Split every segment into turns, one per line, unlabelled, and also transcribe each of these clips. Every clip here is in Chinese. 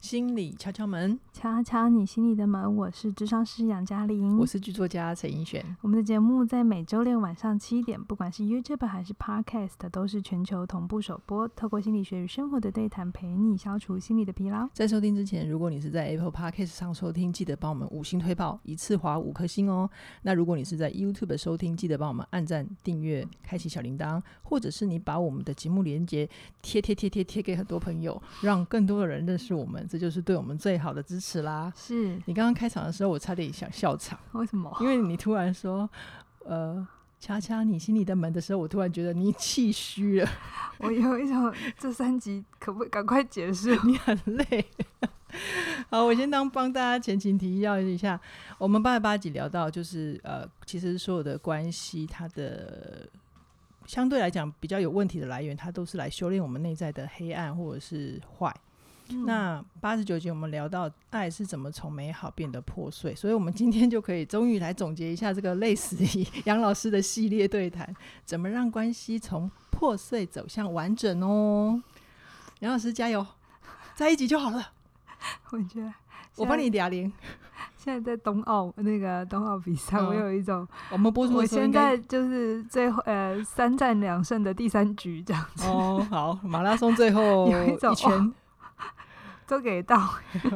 心理敲敲门，
敲啊敲你心里的门，我是智商师杨嘉玲，
我是剧作家陈奕璇。
我们的节目在每周六晚上七点，不管是 YouTube 还是 Podcast，都是全球同步首播。透过心理学与生活的对谈，陪你消除心理的疲劳。
在收听之前，如果你是在 Apple Podcast 上收听，记得帮我们五星推爆，一次划五颗星哦。那如果你是在 YouTube 收听，记得帮我们按赞、订阅、开启小铃铛，或者是你把我们的节目连接贴贴贴贴贴给很多朋友，让更多的人认识我们，这就是对我们最好的支持啦。
是
你刚刚开场的时候，我差点想笑场，
为什么？
因为你突然说，呃。掐掐你心里的门的时候，我突然觉得你气虚了，
我有一种这三集可不可以赶快结束？
你很累。 好，我先当帮大家前情提要一下，我们八十八集聊到就是呃，其实所有的关系，它的相对来讲比较有问题的来源，它都是来修炼我们内在的黑暗或者是坏。那八十九集我们聊到爱是怎么从美好变得破碎，所以我们今天就可以终于来总结一下这个累死杨老师的系列对谈，怎么让关系从破碎走向完整哦。杨老师加油，在一集就好了，
我觉得
我帮你俩零。
现在在冬奥那个冬奥比赛，
嗯
我有一种
我们播出
我
的时候应
现
该
在就是最后呃三战两胜的第三局这样 子，
哦，好，马拉松最后
有一种
一 圈，
都给到。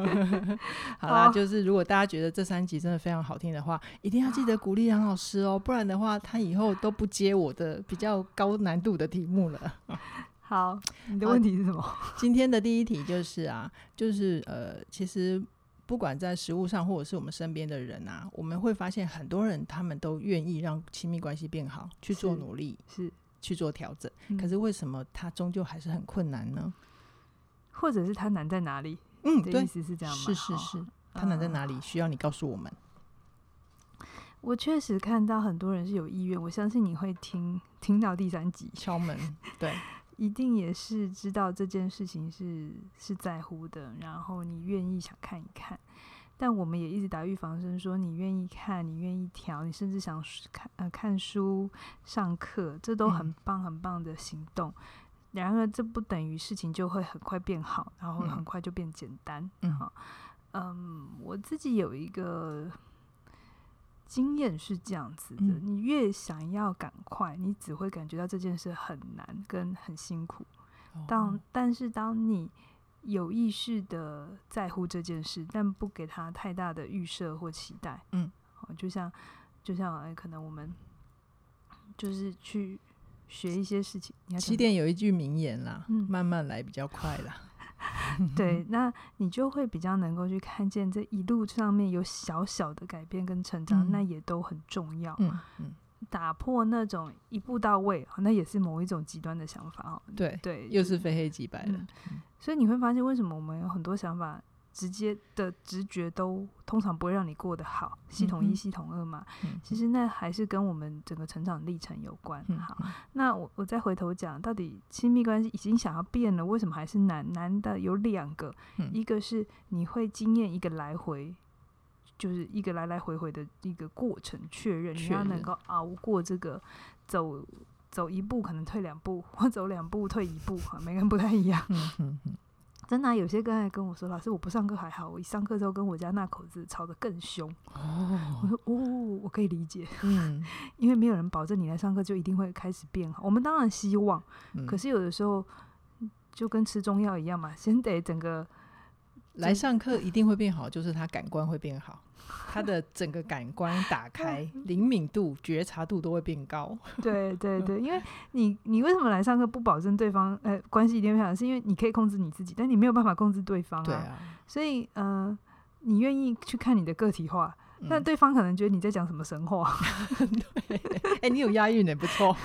好啦，
哦
就是如果大家觉得这三集真的非常好听的话，一定要记得鼓励杨老师哦，不然的话他以后都不接我的比较高难度的题目了。
好，你的
好
问题是什么？
今天的第一题就是啊，就是呃，其实不管在食物上，或者是我们身边的人啊，我们会发现很多人他们都愿意让亲密关系变好，去做
是
努力，
是，
去做调整。
嗯
可是为什么他终究还是很困难呢？
或者是它难在哪里？
嗯，
你的
对
意，思是这样吗？
是是
哦
是，他难在哪里？需要你告诉我 们。
我确实看到很多人是有意愿，我相信你会听听到第三集，
敲门，对，
一定也是知道这件事情是是在乎的，然后你愿意想看一看。但我们也一直打预防针，说你愿意看，你愿意调，你甚至想是看呃看书、上课，这都很
嗯
棒很棒的行动。然而，这不等于事情就会很快变好，然后
嗯
很快就变简单。
嗯
好嗯，我自己有一个经验是这样子的：
嗯
你越想要赶快，你只会感觉到这件事很难跟很辛苦。当
哦
但是当你有意识的在乎这件事，但不给他太大的预设或期待，
嗯
哦，就像就像、哎，可能我们就是去学一些事情，你要
起点有一句名言啦，
嗯
慢慢来比较快啦。嗯
对，那你就会比较能够去看见这一路上面有小小的改变跟成长，
嗯
那也都很重要。
嗯嗯，
打破那种一步到位，哦那也是某一种极端的想法哦。
对，
对，
又是非黑即白的
嗯。所以你会发现，为什么我们有很多想法，直接的直觉都通常不会让你过得好，系统
嗯
一、
哼
系统二嘛。
嗯
其实那还是跟我们整个成长历程有关。
嗯
好，那我我再回头讲，到底亲密关系已经想要变了，为什么还是难？难的有两个，
嗯
一个是你会经验一个来回。就是一个来来回回的一个过程，确认你
确
要能
认
够熬过这个走走一步可能退两步，或走两步退一步，哈，每个人不太一样。
嗯嗯嗯
真的啊、有些个案跟我说，老师我不上课还好，我一上课之后跟我家那口子吵得更凶。我
哦，
说哦，我可以理解，
嗯
因为没有人保证你来上课就一定会开始变好。我们当然希望，
嗯，
可是有的时候就跟吃中药一样嘛，先得整个
来上课一定会变好，就是他感官会变好，他的整个感官打 开，
嗯
灵敏度、觉察度都会变高。
对对对，因为你你为什么来上课不保证对方呃关系一定会好，是因为你可以控制你自己，但你没有办法控制对方
对啊，
啊。所以呃，你愿意去看你的个体化，但
嗯
对方可能觉得你在讲什么神话。
哎，你有押韵呢，不错。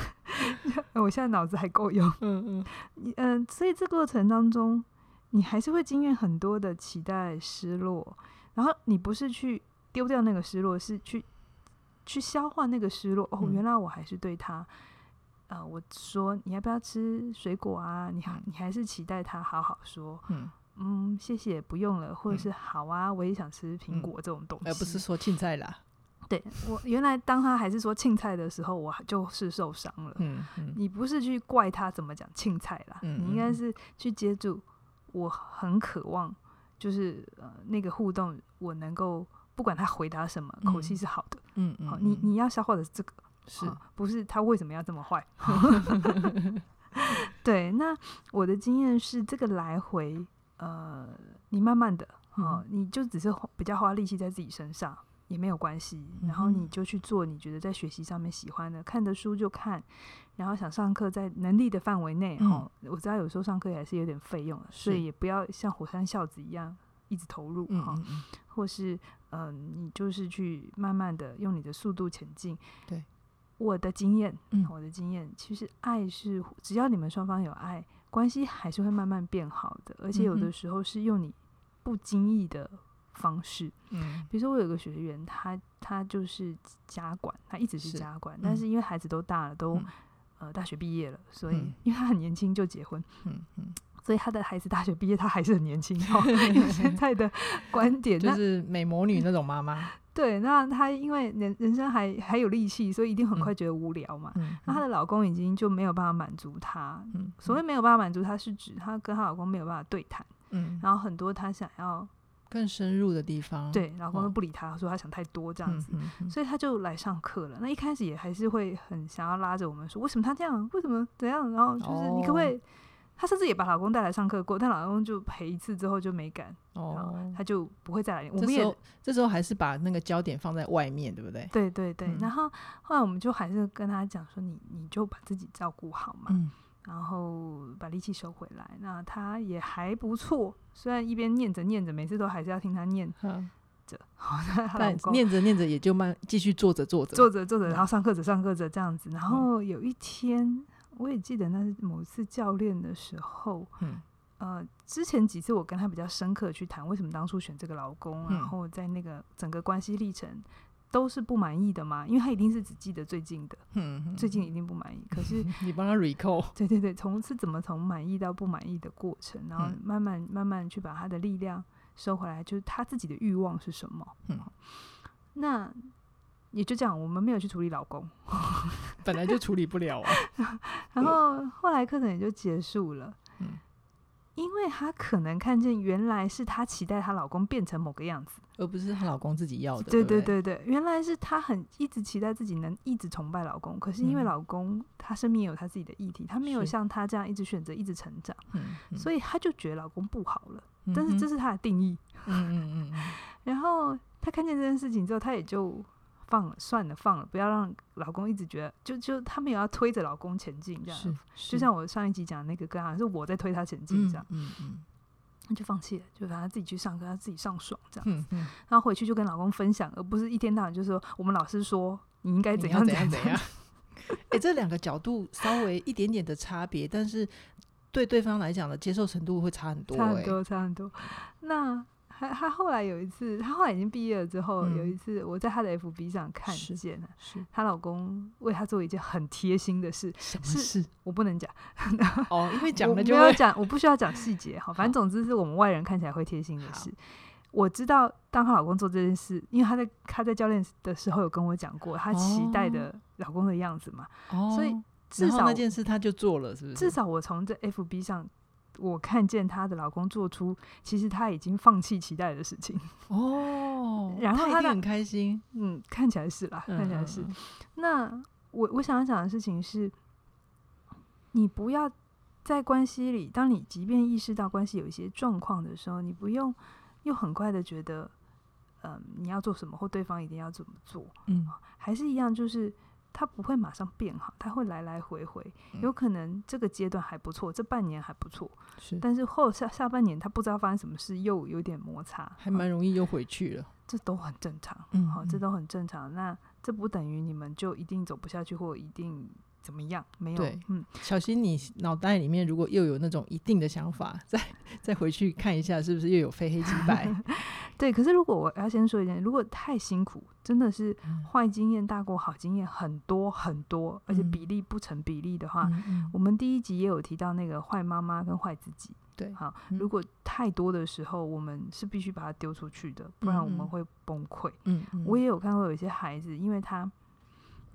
我现在脑子还够用。
嗯嗯
你 嗯，所以这个过程当中，你还是会经验很多的期待、失落，然后你不是去丢掉那个失落，是去去消化那个失落。哦，
嗯
原来我还是对他，呃，我说你要不要吃水果啊？你还
嗯
你还是期待他好好说，
嗯，
嗯，谢谢，不用了，或者
嗯
是好啊，我也想吃苹
嗯
果这种东西。
而不是说青菜啦。
对我原来当他还是说青菜的时候，我就是受伤 了。
嗯嗯
你不是去怪他怎么讲青菜啦，
嗯
你应该
嗯
是去接住我很渴望就是呃那个互动，我能够不管他回答什么，口气
嗯
是好的。
嗯嗯，
好、你
嗯
你要消化的是这个，
是
哦不是他为什么要这 么坏？ 对，那我的经验是，这个来回，呃，你慢慢的，
嗯
哦，你就只是花比较花力气在自己身上也没有关系，然后
嗯
你
哼
就去做你觉得在学习上面喜欢的，看的书就看，然后想上课在能力的范围内，哦，我知道有时候上课也还是有点费用的，所
嗯是
以也不要像火山孝子一样一直投入，
嗯
哦
嗯嗯
或是嗯、呃你就是去慢慢的用你的速度前进。
对，
我的经验，
嗯
我的经验，其实爱是只要你们双方有爱，关系还是会慢慢变好的，而且有
嗯
的
哼
时候是用你不经意的方式，
嗯
比如说我有个学员，他他就是家管，他一直是
是
家管，
嗯
但是因为孩子都大了，都、
嗯
呃大学毕业了，所以、
嗯
因为他很年轻就结婚，
嗯嗯，
所以他的孩子大学毕业，他还是很年轻 哦。用现在的观点，
就
那
是美魔女那种妈妈，
对，那她因为人人生还还有力气，所以一定很
嗯
快觉得无聊嘛。
嗯，
那她的老公已经就没有办法满足她。
嗯
所谓没有办法满足她，是指她跟她老公没有办法对谈，
嗯嗯
然后很多她想要
更深入的地方，
对老公
哦
都不理她，说她想太多这
这
样子。，
嗯嗯
所以她就来上课了。那一开始也还是会很想要拉着我们说，为什么她这样？为什么怎样？然后就是你可不可
哦
以？她甚至也把老公带来上课过，但老公就陪一次之后就没敢，然后
哦，
她就不会再来。我
这
们也
时候这时候还是把那个焦点放在外面，对不对？
对对对，
嗯
然后后来我们就还是跟他讲说你，你就把自己照顾好嘛，
嗯
然后把力气收回来。那他也还不错，虽然一边念着念着，每次都还是要听他念
嗯，
着，好， 那他老
但
公
念着念着也就慢继续做着做着，
坐着坐
嗯
着，然后上课着上课着这样子。然后有一天，我也记得那是某一次教练的时候，
嗯
呃，之前几次我跟他比较深刻地去谈，为什么当初选这个老公，
嗯
然后在那个整个关系历程都是不满意的嘛，因为他一定是只记得最近的。
嗯，嗯，
最近一定不满意。可是
你帮他 recall，
对对对，从是怎么从满意到不满意的过程，然后
嗯
慢慢慢慢去把他的力量收回来，就是他自己的欲望是什么。
嗯
那也就这样，我们没有去处理老公，
本来就处理不了啊，
然后后来课程也就结束了。
嗯
因为她可能看见，原来是她期待她老公变成某个样子，
而不是她老公自己要的，
对
哦对
对
不，
对对，原来是她很一直期待自己能一直崇拜老公，可是因为
嗯
老公他身边也有他自己的议题，他没有
是
像她这样一直选择一直成长。
嗯，嗯
所以她就觉得老公不好了，但是这，是她的定义。
嗯嗯嗯嗯
然后她看见这件事情之后，她也就放了，算了，放了，不要让老公一直觉得，就就她没有要推着老公前进
嗯，
这样。
是，
就是像我上一集讲的那个个案，是我在推她前进这样，，
嗯嗯
她、就放弃了，就让她自己去上课，她自己上爽这样。
嗯嗯嗯，
然后回去就跟老公分享，而不是一天到晚就说我们老师说你应该
你
怎
要
样
怎
样
怎样。哎，这两个角度稍微一点点的差别，但是对对方来讲的接受程度会差很多，
差很
哎，
多，差很多。那他他后来有一次，他后来已经毕业了之后，有
嗯
一次我在他的 FB 上看
是
见了，
是
她老公为她做一件很贴心的事，
什么
是
事？
我不能讲，
哦，因为讲
我
了
没
就
有
会，
讲，我不需要讲细节哈，反正总之是我们外人看起来会贴心的
好
事。我知道，当她老公做这件事，因为她在她在教练的时候有跟我讲过，她期待的老公的样子嘛，
哦
所以
然
至
后
少
那件事他就做了，是不是？
至少我从这 FB 上。我看见她的老公做出其实她已经放弃期待的事情，
哦，
然后
他
他
一定
的
很开心，
嗯，看起来是啦，看起来
嗯
是。
嗯嗯
那我我想要讲的事情是，你不要在关系里，当你即便意识到关系有一些状况的时候，你不用又很快的觉得，嗯、你要做什么或对方一定要怎么做，
嗯
还是一样，就是他不会马上变好，他会来来回回，
嗯
有可能这个阶段还不错，这半年还不错，
是，
但是后下下半年他不知道发生什么事，又有点摩擦，
还
啊
蛮容易又回去了。
这都很正常，
嗯
好、这
嗯
都很正常。那这不等于你们就一定走不下去或一定怎么样，没有
对，
嗯，
小心你脑袋里面如果又有那种一定的想法，再再回去看一下是不是又有非黑即 白。
对。可是如果我要先说一件，如果太辛苦，真的是
嗯
坏经验大过好经验很多很多，而且
嗯
比例不成比例的话，
嗯嗯
我们第一集也有提到那个坏妈妈跟坏自己。
对
好，
嗯
如果太多的时候，我们是必须把它丢出去的，不然我
嗯
们
嗯
会崩溃。
嗯，嗯
我也有看过有一些孩子，因为他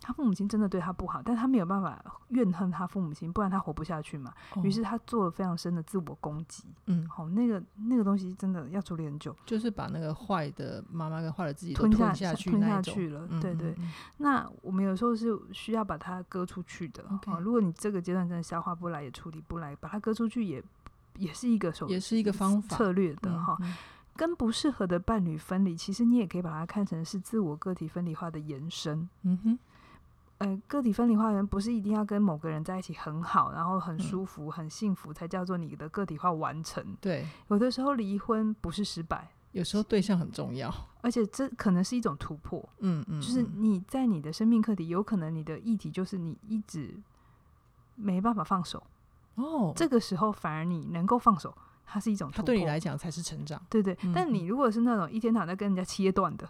他父母亲真的对他不好，但他没有办法怨恨他父母亲，不然他活不下去嘛。于是
哦
他做了非常深的自我攻击。
嗯，
好、那个那个东西真的要处理很久，
就是把那个坏的妈妈跟坏的自己都
吞下
下去
吞
那
下
一种，
去了。
嗯
对对，，
嗯嗯
那我们有时候是需要把它割出去的。
OK
哦，如果你这个阶段真的消化不来，也处理不来，把它割出去也也是一个手
也是一个方法
策略的
嗯
哈、
嗯
跟不适合的伴侣分离，其实你也可以把它看成是自我个体分离化的延伸。
嗯哼，
呃，个体分离化人不是一定要跟某个人在一起很好，然后很
嗯
舒服、很幸福，才叫做你的个体化完成。
对，
有的时候离婚不是失败，
有时候对象很重要，
而且这可能是一种突破。
嗯嗯，
就是
嗯
你在你的生命课题，有可能你的议题就是你一直没办法放手，
哦，
这个时候反而你能够放手，它是一种突
他
破。
对你来讲才是成长，
对对，
嗯
但你如果是那种一天到晚在跟人家切断的，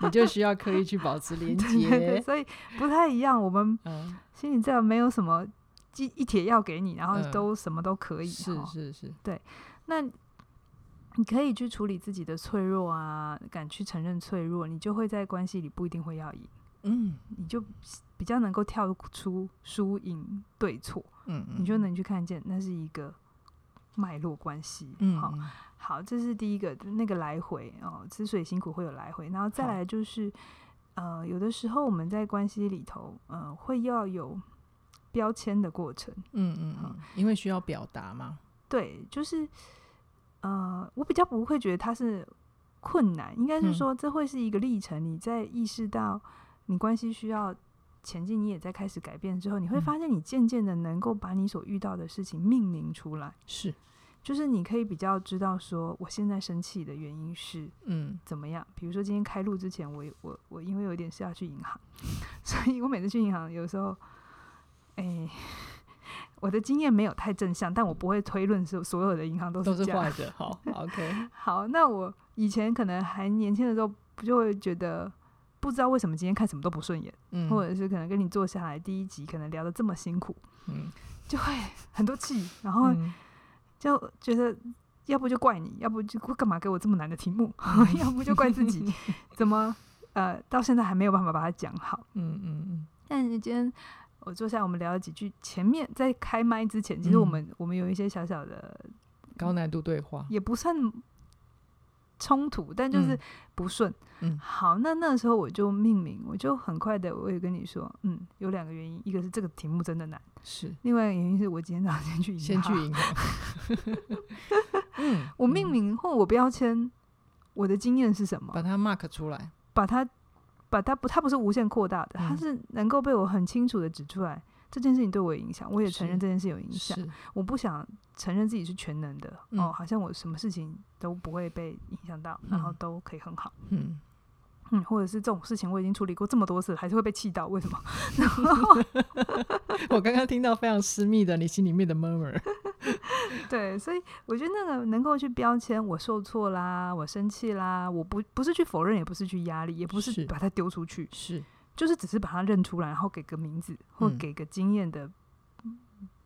你就需要刻意去保持连
对对对，
接，
所以不太一样。我们
嗯，
心理治疗没有什么一一帖药给你，然后
嗯
都什么都可以。
是
哈
是是，
那你可以去处理自己的脆弱啊，敢去承认脆弱，你就会在关系里不一定会要赢，
嗯
你就比较能够跳出输赢对错。
嗯，
你就
嗯
能去看见那是一个脉络关系。
嗯
好，
嗯
好，这是第一个，就是那个来回哦，之所以辛苦会有来回，然后再
好
来就是，呃，有的时候我们在关系里头，呃，会要有标签的过程。
嗯嗯
好
嗯，因为需要表达嘛，
对，就是，呃，我比较不会觉得它是困难，应该是
嗯
说这会是一个历程。你在意识到你关系需要。前进，你也在开始改变之后，你会
嗯
发现你渐渐的能够把你所遇到的事情命名出来。
是，
就是你可以比较知道说，我现在生气的原因是
嗯，
怎么样。比如说今天开录之前，我我我因为有一点事要去银行， 所以我每次去银行有时候，哎、 我的经验没有太正向，但我不会推论是所有的银行都
都
是
是
这样。
坏的，好 ，OK，
好，那我以前可能还年轻的时候，不就会觉得。不知道为什么今天看什么都不顺眼，
嗯，
或者是可能跟你坐下来第一集可能聊得这么辛苦，
嗯，
就会很多气，然后
嗯
就觉得要不就怪你，要不就干嘛给我这么难的题目， 要不就怪自 己怎么呃到现在还没有办法把它讲好。
嗯嗯嗯，
但是今天我坐下来，我们聊了几句，前面在开麦之前，
嗯
其实我们、我们有一些小小的，
高难度对话，
也不算。冲突，但就是
嗯
不顺。
嗯
好，那那时候我就命名，我就很快的，我也跟你说，嗯，有两个原因，一个是这个题目真的难，
是
另外一个原因是我今天早上先去银
先去
行
银行，嗯，
我
嗯
命名或我标签，我的经验是什么，
把它 mark 出来，
把它把它不，它不是无限扩大的，它
嗯
是能够被我很清楚的指出来。这件事情对我有影响，我也承认
是
这件事有影响。
嗯是，
我不想承认自己是全能的、哦，
嗯
好像我什么事情都不会被影响到，然后
嗯
都可以很好。
嗯，
嗯，或者是这种事情我已经处理过这么多次，还是会被气到，为什么？
我刚刚听到非常私密的你心里面的 murmur，
对，所以我觉得那个能够去标签我受挫啦，我生气啦，我不不是去否认，也不是去压力，也不是
是
把它丢出去，
是，
就是只是把它认出来，然后给个名字或
嗯
给个经验的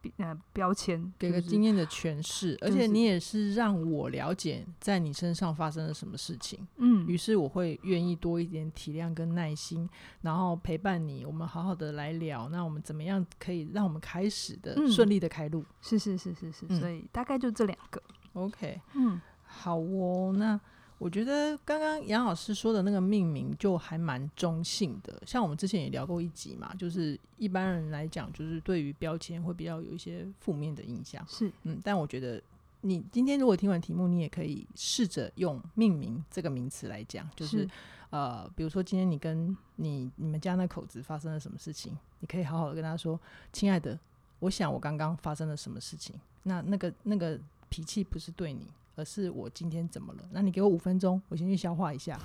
比呃标签，
给个经验
验。
的诠释，而
就
且
是
你也是让我了解在你身上发生了什么事情，于
嗯，
是我会愿意多一点体谅跟耐心，然后陪伴你，我们好好的来聊。那我们怎么样可以让我们开始的
嗯
顺利的开路
是是是是是，
嗯
所以大概就这两个。
？OK，
嗯
好哦。那我觉得刚刚杨老师说的那个命名就还蛮中性的，像我们之前也聊过一集嘛，就是一般人来讲，就是对于标签会比较有一些负面的印象。
是
嗯，但我觉得你今天如果听完题目，你也可以试着用命名这个名词来讲，就是
是
呃，比如说今天你跟你你们家那口子发生了什么事情，你可以好好的跟他说：“亲爱的，我想我刚刚发生了什么事情。那那个那个脾气不是对你，而是我今天怎么了？那你给我五分钟，我先去消化一下，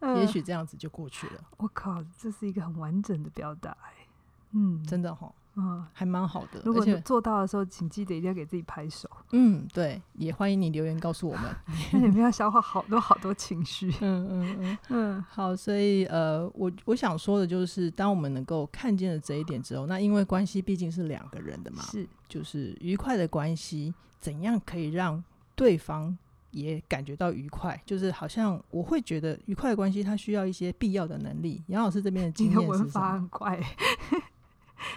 也
呃
许这样子就过去了。
我靠，这是一个很完整的表达、欸。嗯，
真的哈，
嗯，
还蛮好的。
如果
而
你
且，
做到的时候，请记得一定要给自己拍手，
嗯，对，也欢迎你留言告诉我们。
那你们要消化好多好多情 绪。
嗯嗯嗯。
嗯
好，所以呃，我我想说的就是，当我们能够看见了这一点之后，那因为关系毕竟是两个人的嘛，
是
就是愉快的关系，怎样可以让对方也感觉到愉快，就是好像我会觉得愉快的关系，它需要一些必要的能力。杨老师这边的经
你
验
的
是什么
文法很怪。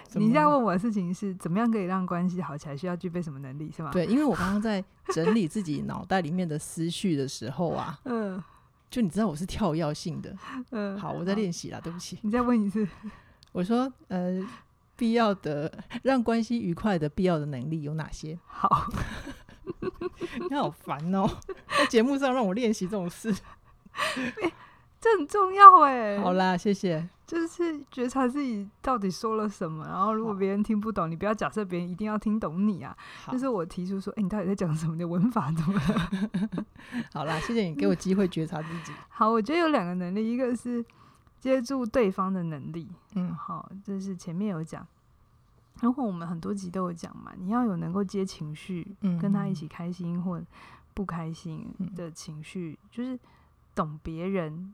怎
你
么
现在问我的事情是怎么样可以让关系好起来，需要具备什么能力，是吗？，
对，因为我刚刚在整理自己脑袋里面的思绪的时候啊，
嗯
就你知道我是跳跃性 的。
嗯，
好，我在。练习啦，对不起。
你再问一次，
我说，呃，必要的让关系愉快的必要的能力有哪 些？
好，
你好烦哦，在节目上让我练习这种事。
这很重要哎。
好啦，谢谢。
就是觉察自己到底说了什么，然后如果
好
别人听不懂，你不要假设别人一定要听懂你啊。
好
就，是我提出说，哎、你到底在讲什么？你的文法怎么了？
好啦，谢谢你给我机会觉察自己。
好，我觉得有两个能力，一个是接住对方的能力，
嗯，
好，这是前面有讲，然后我们很多集都有讲嘛，你要有能够接情绪，
嗯
跟他一起开心或不开心
嗯
的情绪，就是懂别人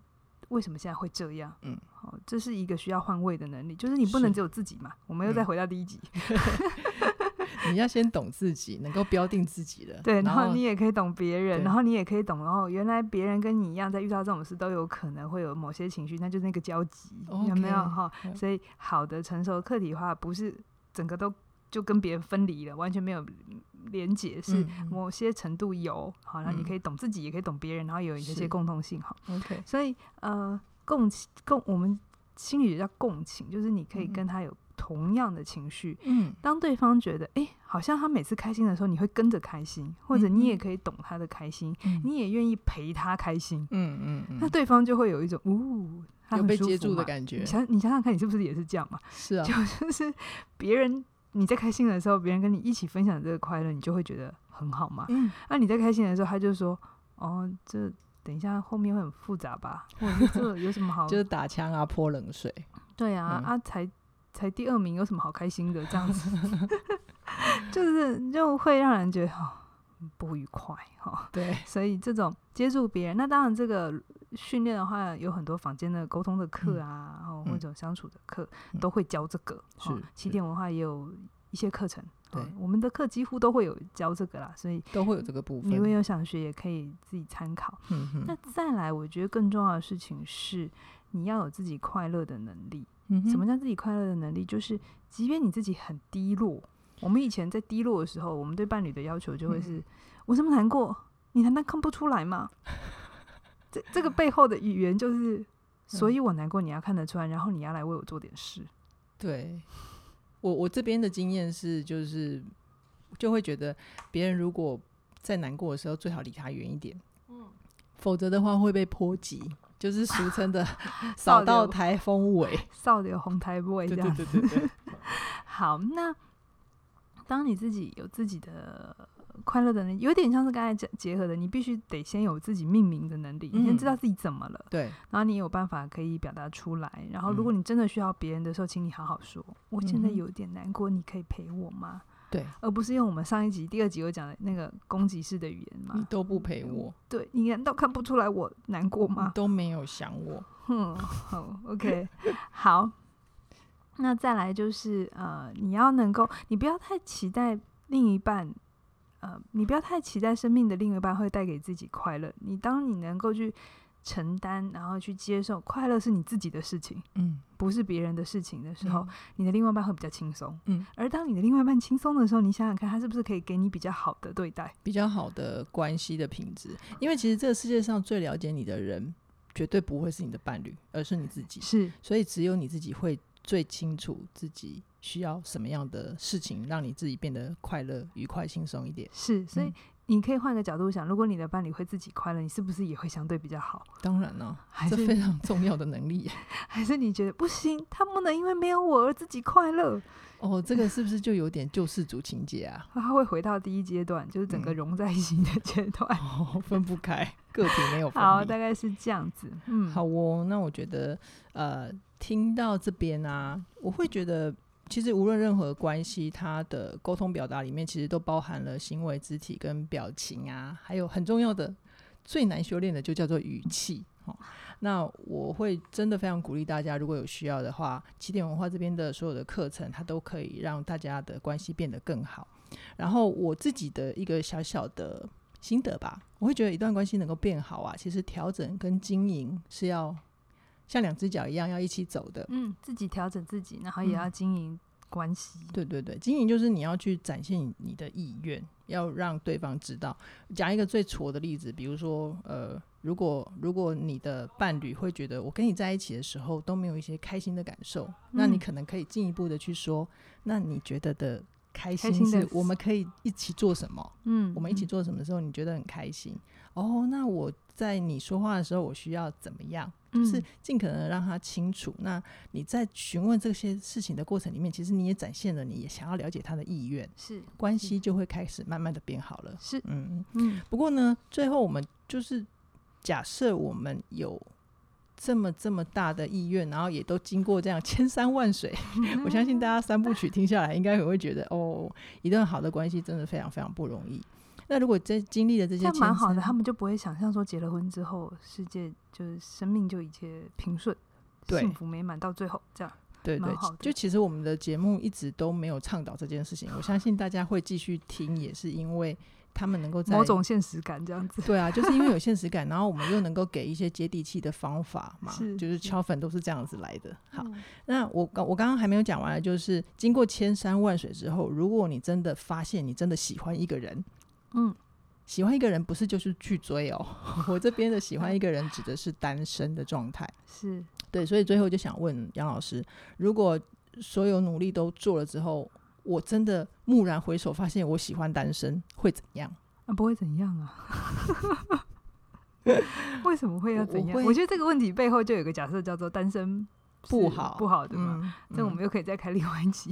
为什么现在会这样，
嗯，
好，这是一个需要换位的能力，就是你不能
是
只有自己嘛，我们又再
嗯
回到第一集，
你要先懂自己，能够标定自己了。
对，然
然
后你也可以懂别人，
对
然后你也可以懂，然后原来别人跟你一样，在遇到这种事都有可能会有某些情绪，那就是那个交集有没有
OK，
哈？
嗯
所以好的成熟客体化不是整个都就跟别人分离了，完全没有连结，是
嗯
某些程度有好，然后你
嗯
可以懂自己，也可以懂别人，然后有一些
是
共通性哈。
OK，
所以呃，共情共我们心理学叫共情，就是你可以
嗯
跟他有同样的情绪，
嗯
当对方觉得，诶，好像他每次开心的时候，你会跟着开心，或者
嗯
你也
嗯
可以懂他的开心，
嗯
你也愿意陪他开心，
嗯嗯
那
嗯，
对方就会有一种，呜、他
有
很
被
舒
接
服
住的
嘛
感觉
你。想，你想想看，你是不是也是这样嘛？
是啊，
就是别人你在开心的时候，别人跟你一起分享这个快乐，你就会觉得很好嘛。
嗯，
那、你在开心的时候，他就说，哦，这等一下后面会很复杂吧，或者是这有什么好
就是打枪啊，泼冷水。
对啊，
嗯
啊才才第二名，有什么好开心的？这样子， 就是就会让人觉得哦不愉快哈、哦。
对，
所以这种接触别人，那当然这个训练的话，有很多坊间的沟通的课啊，然后、
嗯
或者相处的课、
嗯
都会教这个。
是
哦
是
起点文化也有一些课程，
对
哦我们的课几乎都会有教这个啦，所以
都会有这个部分。
你如果有想学，也可以自己参考。
嗯哼
那再来，我觉得更重要的事情是，你要有自己快乐的能力。
嗯哼
什么叫自己快乐的能力？就是即便你自己很低落，我们以前在低落的时候，我们对伴侣的要求就
嗯
会是：我这么难过，你难道看不出来吗？这这个背后的语言就是，
嗯
所以我难过，你要看得出来，然后你要来为我做点事。
对我我这边的经验是，就是就会觉得别人如果在难过的时候，最好离他远一点，否则的话会被波及，就是俗称的扫
到
到
流
台风尾。
少流红台 boy
对
这
对
样。
对对对，
好，那当你自己有自己的快乐的能力，有点像是刚才结结合的，你必须得先有自己命名的能力，你先知
嗯
道自己怎么了。
对，
然后你也有办法可以表达出来。然后，如果
嗯
你真的需要别人的时候，请你好好说，我现在
嗯哼
有点难过，你可以陪我吗？
对，
而不是用我们上一集、第二集有讲的那个攻击式的语言
你
嘛？
都不陪我，
对你难道看不出来我难过
你
吗？
都没有想我。
哼，嗯好，OK，好。那再来就是呃，你要能够，你不要太期待另一半，呃，你不要太期待生命的另一半会带给自己快乐。你当你能够去承担，然后去接受快乐是你自己的事情，
嗯，
不是别人的事情的时候，
嗯
你的另外一半会比较轻松。
嗯，
而当你的另外一半轻松的时候，你想想看，他是不是可以给你比较好的对待？
比较好的关系的品质，因为其实这个世界上最了解你的人，绝对不会是你的伴侣，而是你自己。
是
所以只有你自己会最清楚自己需要什么样的事情，让你自己变得快乐、愉快、轻松一点。
是，所以
嗯
你可以换个角度想，如果你的伴侣会自己快乐，你是不是也会相对比较好？
当然了、
还
这
是
非常重要的能力耶。
还是你觉得不行，他不能因为没有我而自己快乐，
哦，这个是不是就有点救世主情节啊？
他会回到第一阶段，就是整个
嗯
融在一起的阶段。
哦，分不开，个体没有分
好，
离
大。概是这样子。嗯，
好哦，那我觉得，呃，听到这边啊，我会觉得，其实无论任何关系，它的沟通表达里面，其实都包含了行为、肢体跟表情啊，还有很重要的、最难修炼的，就叫做语气。哦，那我会真的非常鼓励大家，如果有需要的话，起点文化这边的所有的课程，它都可以让大家的关系变得更好。然后我自己的一个小小的心得吧。我会觉得一段关系能够变好啊，其实调整跟经营是要像两只脚一样要一起走的。
嗯，自己调整自己，然后也要经营关系。
嗯对对对，经营就是你要去展现你的意愿，要让对方知道。讲一个最挫的例子，比如说，呃，如果如果你的伴侣会觉得我跟你在一起的时候都没有一些开心的感受，那你
嗯
可能可以进一步的去说，那你觉得的开
开
心
心的
是我们可以一起做什么？
嗯，
我们一起
嗯
做什么时候你觉得很开心？哦，那我在你说话的时候，我需要怎么样？就是
嗯
尽可能地让他清楚。那你在询问这些事情的过程里面，其实你也展现了你也想要了解他的意愿，
是
关
是
系就会开始慢慢的变好了。
是
嗯，
嗯
不过呢，最后我们就是假设我们有。这么这么大的意愿，然后也都经过这样千山万水， 我相信大家三部曲听下来，应该也会觉得哦，一段好的关系真的非常非常不容易。那如果在经历了这
这
些，
样蛮好的，他们就不会想象说结了婚之后，世界就是生命就一切平顺、
对
幸福美满到最后这样。
对
蛮
对
好的，
就其实我们的节目一直都没有倡导这件事情，我相信大家会继续听，也是因为他们能够在
某种现实感这样子。
对啊，就是因为有现实感，然后我们又能够给一些接地气的方法嘛，
是
就是
是
敲粉都是这样子来的。好，
嗯，
那我刚我刚刚还没有讲完的就是经过千山万水之后，如果你真的发现你真的喜欢一个人，
嗯，
喜欢一个人不是就是去追哦， 我这边的喜欢一个人指的是单身的状态。
是
对，所以最后就想问杨老师，如果所有努力都做了之后，我真的蓦然回首发现我喜欢单身，会怎样？
啊，不会怎样啊。 为什么会要
我
怎
我
样？
会
我觉得这个问题背后就有一个假设，叫做单身
不
是
好，
不好的嘛。
嗯，
这我
嗯
们又可以再开另外一 集。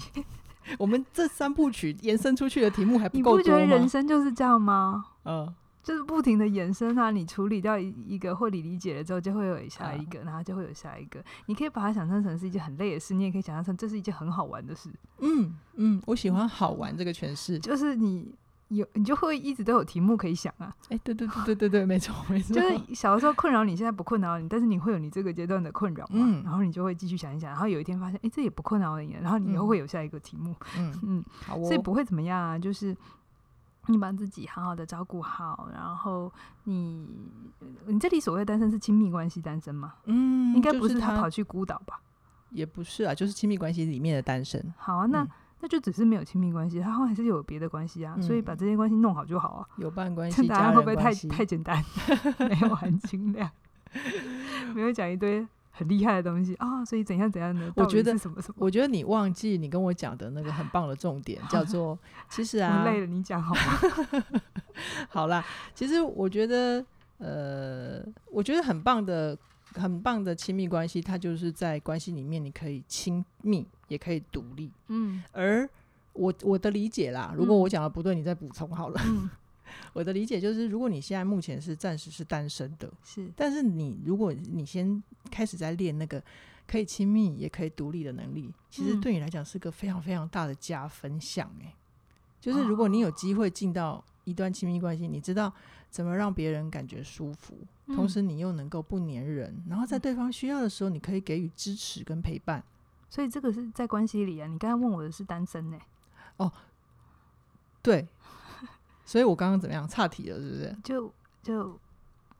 我们这三部曲延伸出去的题目还
你
够
不觉得
多
人
吗？
生就是这样吗？
嗯，
就是不停的延伸啊，你处理掉一一个或你理解了之后，就会有下
嗯
一个，然后就会有下一个。你可以把它想象成是一件很累的事，你也可以想象成这是一件很好玩的事。
嗯嗯，我喜欢好玩这个诠释。
就是你有，你就会一直都有题目可以想啊。
哎，对对对对对对，没错没错，
就是小的时候困扰你，现在不困扰你，但是你会有你这个阶段的困扰嘛？
嗯
然后你就会继续想一想，然后有一天发现，哎，这也不困扰你了，然后你又
嗯
会有下一个题目，
嗯，
嗯，
好哦，
所以不会怎么样啊，就是。你把自己好好的照顾好，然后你你这里所谓的单身是亲密关系单身吗？
嗯，
应该
就
不
是
他跑去孤岛吧？
也不是啊，就是亲密关系里面的单身。
好啊，那、
嗯
那就只是没有亲密关系，他后来还是有别的关系啊，所以把
嗯
这些关系弄好就好啊。
有伴关
这
系，
答
家
案会不
人
会太
关系，
太简单？ 没有含金量，没有讲一堆很厉害的东西啊、所以怎样怎样的？
我
到底
觉得
是什么什么？
我觉得你忘记你跟我讲的那个很棒的重 点，叫做其实
我
啊，
累了，你讲好 吗？
好啦，其实我觉得，呃，我觉得很棒的、很棒的亲密关系，它就是在关系里面你可以亲密，也可以独立。
嗯
而我我的理解啦，如果
嗯
我讲的不对，你再补充好了。
嗯，
我的理解就是，如果你现在目前是暂时是单身的，
是
但是你如果你先开始在练那个可以亲密也可以独立的能力，其实
嗯
对你来讲是个非常非常大的加分项哎、就是
哦
如果你有机会进到一段亲密关系，你知道怎么让别人感觉舒服，同
嗯
时你又能够不粘人，然后在
嗯
对方需要的时候，你可以给予支持跟陪伴。
所以这个是在关系里啊。你刚才问我的是单身呢、
对，所以我刚刚怎么样岔题了，是不 是？
就就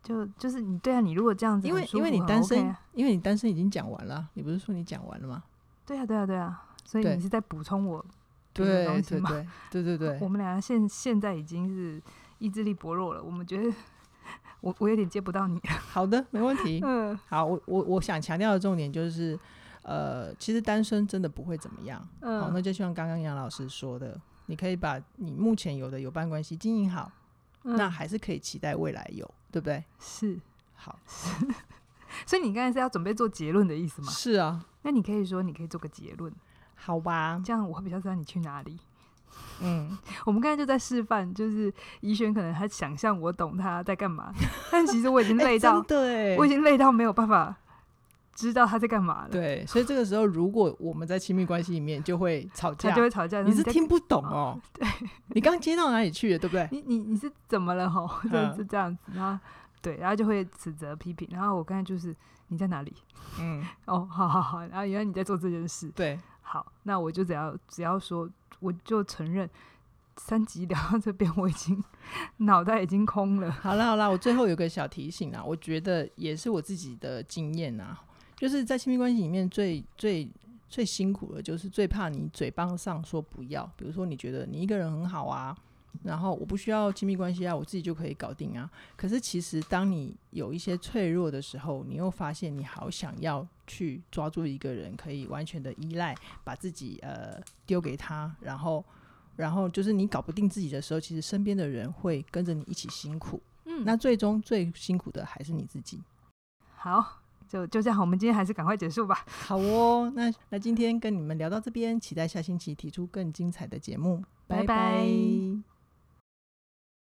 就就是你对啊，你如果这样子
因
很
为
舒
因为
服
你
很
单
OK
身，
啊
因为你单身已经讲完了，你不是说你讲完了吗？
对啊对啊对啊，所以
对
你是在补充我别
对
的东西
对
吗
对对对对，
我们俩现现在已经是意志力薄弱了，我们觉得 我我有点接不到你，
好的，没问题。
嗯
好，我我我想强调的重点就是，呃，其实单身真的不会怎么样。好，那
嗯
就像刚刚杨老师说的，你可以把你目前有的有伴关系经营好，
嗯，
那还是可以期待未来有，对不对？
是。
好，
所以你刚才是要准备做结论的意思吗？
是啊，
那你可以说，你可以做个结论，
好吧，
这样我会比较知道你去哪里。
嗯，
我们刚才就在示范，就是怡轩可能他想象我懂他在干嘛， 但其实我已经
哎
累到，
对
我已经累到没有办法知道他在干嘛了。，
对，所以这个时候如果我们在亲密关系里面就会吵
他
架
就，会吵架。
你是
在
听不懂哦，对，你刚接到哪里去了，对不对？
你你你是怎么了吼？
嗯
是这样子，然后对，然后就会指责批评。然后我刚才就是你在哪里？
嗯，
哦，好好好，然后原来你在做这件事。
对，
好，那我就只要只要说，我就承认三集聊到这边，我已经脑袋已经空了。
好啦好啦，我最后有个小提醒啊，我觉得也是我自己的经验啊，就是在亲密关系里面最最最辛苦的，就是最怕你嘴巴上说不要，比如说你觉得你一个人很好啊，然后我不需要亲密关系啊，我自己就可以搞定啊。可是其实当你有一些脆弱的时候，你又发现你好想要去抓住一个人，可以完全的依赖，把自己呃丢给他，然后。然后就是你搞不定自己的时候，其实身边的人会跟着你一起辛苦。
嗯
那最终最辛苦的还是你自己。
好，就就这样，我们今天还是赶快结束吧。
好哦，那那今天跟你们聊到这边，期待下星期提出更精彩的节目，
拜拜
拜